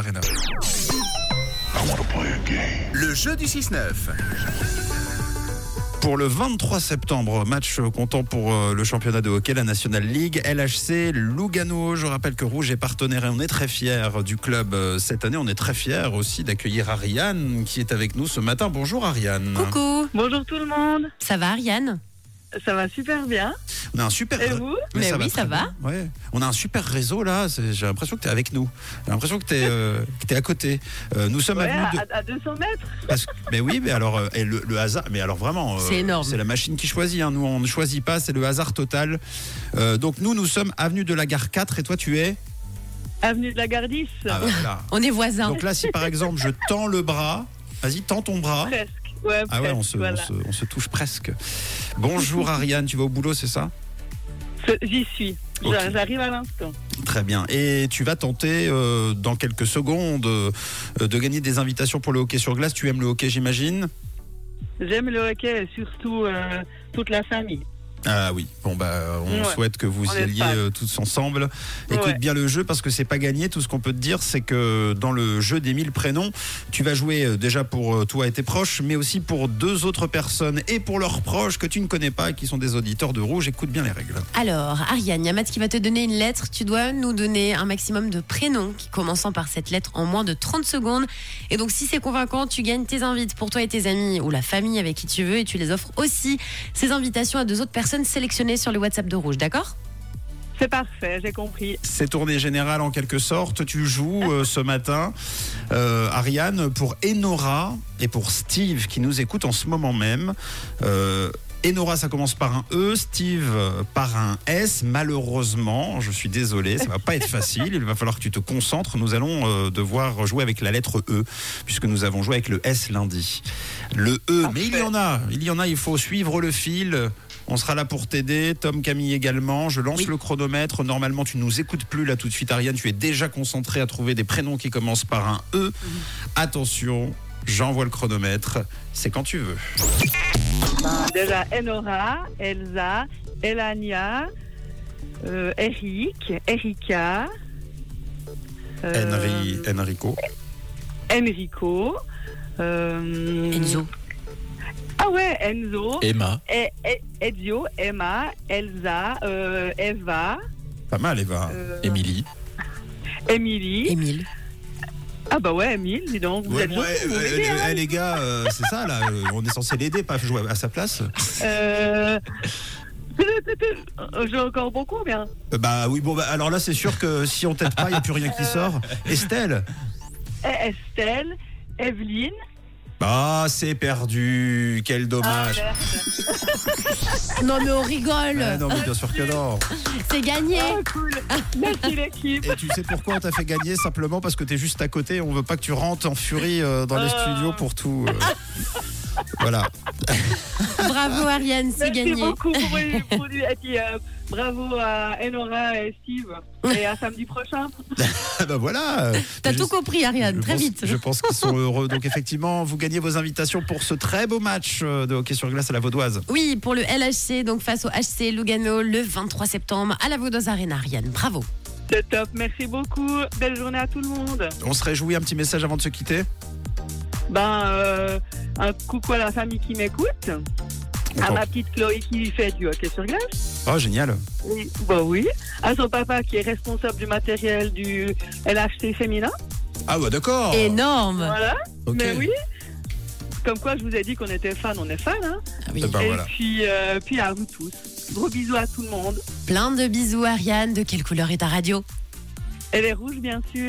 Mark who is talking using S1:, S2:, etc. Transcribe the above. S1: Arena.
S2: Le jeu du 6-9.
S1: Pour le 23 septembre, match comptant pour euh, le championnat de hockey, la National League, LHC, Lugano. Je rappelle que Rouge est partenaire et on est très fiers du club euh, cette année. On est très fiers aussi d'accueillir Ariane qui est avec nous ce matin. Bonjour Ariane.
S3: Coucou,
S4: Bonjour tout le monde,
S3: ça va Ariane
S4: ça va super bien.
S1: On a un super.
S4: Et vous
S1: Mais
S3: Mais oui,
S1: très
S3: ça
S1: bien. Ouais. On a un super réseau là. C'est- J'ai l'impression que tu es avec nous. J'ai l'impression que tu es, à côté. Euh, nous sommes
S4: Ouais,
S1: à nous
S4: à, à 200 mètres
S1: Parce que- mais oui, mais alors, euh, et le, le hasard, mais alors vraiment, euh,
S3: C'est énorme.
S1: C'est la machine qui choisit. hein. Nous, on ne choisit pas, c'est le hasard total. Euh, donc, nous, nous sommes avenue de la gare 4 et toi, tu es.
S4: Avenue de la Gardisse
S1: Ah, bah, voilà.
S3: On est voisins.
S1: Donc là, si par exemple, je tends le bras, vas-y, tends ton bras.
S4: Presque. Ouais,
S1: Ah ouais,
S4: presque,
S1: on se,
S4: voilà.
S1: on se- on se touche presque. Bonjour Ariane, tu vas au boulot, c'est ça
S4: C'est- J'y suis.
S1: Ok.
S4: J'a- J'arrive à l'instant.
S1: Très bien. Et tu vas tenter euh, dans quelques secondes euh, de gagner des invitations pour le hockey sur glace. Tu aimes le hockey, j'imagine
S4: J'aime le hockey et surtout euh, toute la famille.
S1: Ah oui, bon bah on
S4: Ouais.
S1: souhaite que vous
S4: On
S1: y alliez
S4: espère.
S1: euh, tous ensemble. Écoute
S4: Ouais.
S1: bien le jeu parce que c'est pas gagné. Tout ce qu'on peut te dire, c'est que dans le jeu des 1000 prénoms, tu vas jouer euh, déjà pour euh, toi et tes proches, mais aussi pour deux autres personnes et pour leurs proches que tu ne connais pas, qui sont des auditeurs de Rouge. Écoute bien les règles.
S3: Alors, Ariane, il y a Matt qui va te donner une lettre. Tu dois nous donner un maximum de prénoms qui commençant par cette lettre en moins de 30 secondes. Et donc, si c'est convaincant, tu gagnes tes invites pour toi et tes amis ou la famille avec qui tu veux et tu les offres aussi ces invitations à deux autres personnes sélectionnées sur le WhatsApp de Rouge, d'accord
S4: C'est parfait, j'ai compris.
S1: C'est tournée générale en quelque sorte. Tu joues euh, ce matin, euh, Ariane, pour Enora et pour Steve qui nous écoute en ce moment même. Euh, Enora, ça commence par un E, Steve euh, par un S. Malheureusement, je suis désolé, ça va pas être facile. Il va falloir que tu te concentres. Nous allons euh, devoir jouer avec la lettre E, puisque nous avons joué avec le S lundi. Le E, mais il y en a, il y en a, il faut suivre le fil. On sera là pour t'aider, Tom, Camille également. Je lance le chronomètre. Normalement, tu nous écoutes plus là tout de suite, Ariane. Tu es déjà concentré à trouver des prénoms qui commencent par un E. Attention, j'envoie le chronomètre. C'est quand tu veux.
S4: Déjà Enora, Elsa, Elania, euh, Eric, Erika, euh,
S1: Henry, Enrico.
S4: Enrico, euh,
S3: Enzo.
S4: Ah ouais, Enzo.
S5: Emma.
S4: E- E- Ezio, Emma, Elsa, euh, Eva,
S1: Pas mal, Eva.
S4: euh,
S5: Émilie.
S4: Émilie.
S3: Émile.
S4: Ah bah ouais, Émile, dis donc, vous êtes gentils, vous m'aidez, hein.
S1: euh, les gars, euh, c'est ça là. On est censé l'aider, pas jouer à sa place.
S4: Euh, J'ai encore beaucoup, hein. bien.
S1: bah oui, bon, alors là, c'est sûr que si on t'aide pas, il n'y a plus rien qui sort. Estelle
S4: Eh, Estelle, Evelyne.
S1: Bah, c'est perdu. Quel
S4: Ah,
S1: dommage.
S4: merde.
S3: Non, mais on rigole
S1: Ah, non, mais bien sûr que non.
S3: Euh, C'est gagné
S4: Ah, cool. Merci l'équipe.
S1: Et tu sais pourquoi on t'a fait gagner Simplement parce que t'es juste à côté. On veut pas que tu rentres en furie euh, dans les
S4: Euh.
S1: studios pour tout. euh. Voilà.
S3: Bravo, Ariane, c'est
S4: Merci
S3: gagné
S4: beaucoup pour les produits. Et puis, euh, bravo à Enora et Steve. Et à samedi prochain.
S1: Ah bah voilà.
S3: T'as
S1: Je-
S3: tout compris, Ariane,
S1: je
S3: euh, très
S1: pense-
S3: vite
S1: Je pense qu'ils sont heureux. Donc effectivement, vous gagnez vos invitations pour ce très beau match euh, de hockey sur glace à la Vaudoise.
S3: Oui, pour le LHC, donc face au HC Lugano, le 23 septembre à la Vaudoise Arena, Ariane. Bravo
S4: C'est top. Merci beaucoup. Belle journée à tout le monde.
S1: On se réjouit un petit message avant de se quitter.
S4: Ben, euh, un coucou à la famille qui m'écoute. À
S1: Encore.
S4: ma petite Chloé qui fait du hockey sur glace.
S1: Oh génial.
S4: Oui, bah oui. À son papa qui est responsable du matériel du LHC féminin.
S1: Ah bah d'accord.
S3: Énorme
S4: Voilà.
S1: Ok.
S4: Mais oui. Comme quoi, je vous ai dit qu'on était fan, on est fan. Hein.
S3: Ah oui.
S1: Eh ben,
S4: Et
S1: voilà.
S4: puis, euh, puis à vous tous. Gros bisous à tout le monde.
S3: Plein de bisous, Ariane. De quelle couleur est ta radio
S4: Elle est rouge, bien sûr.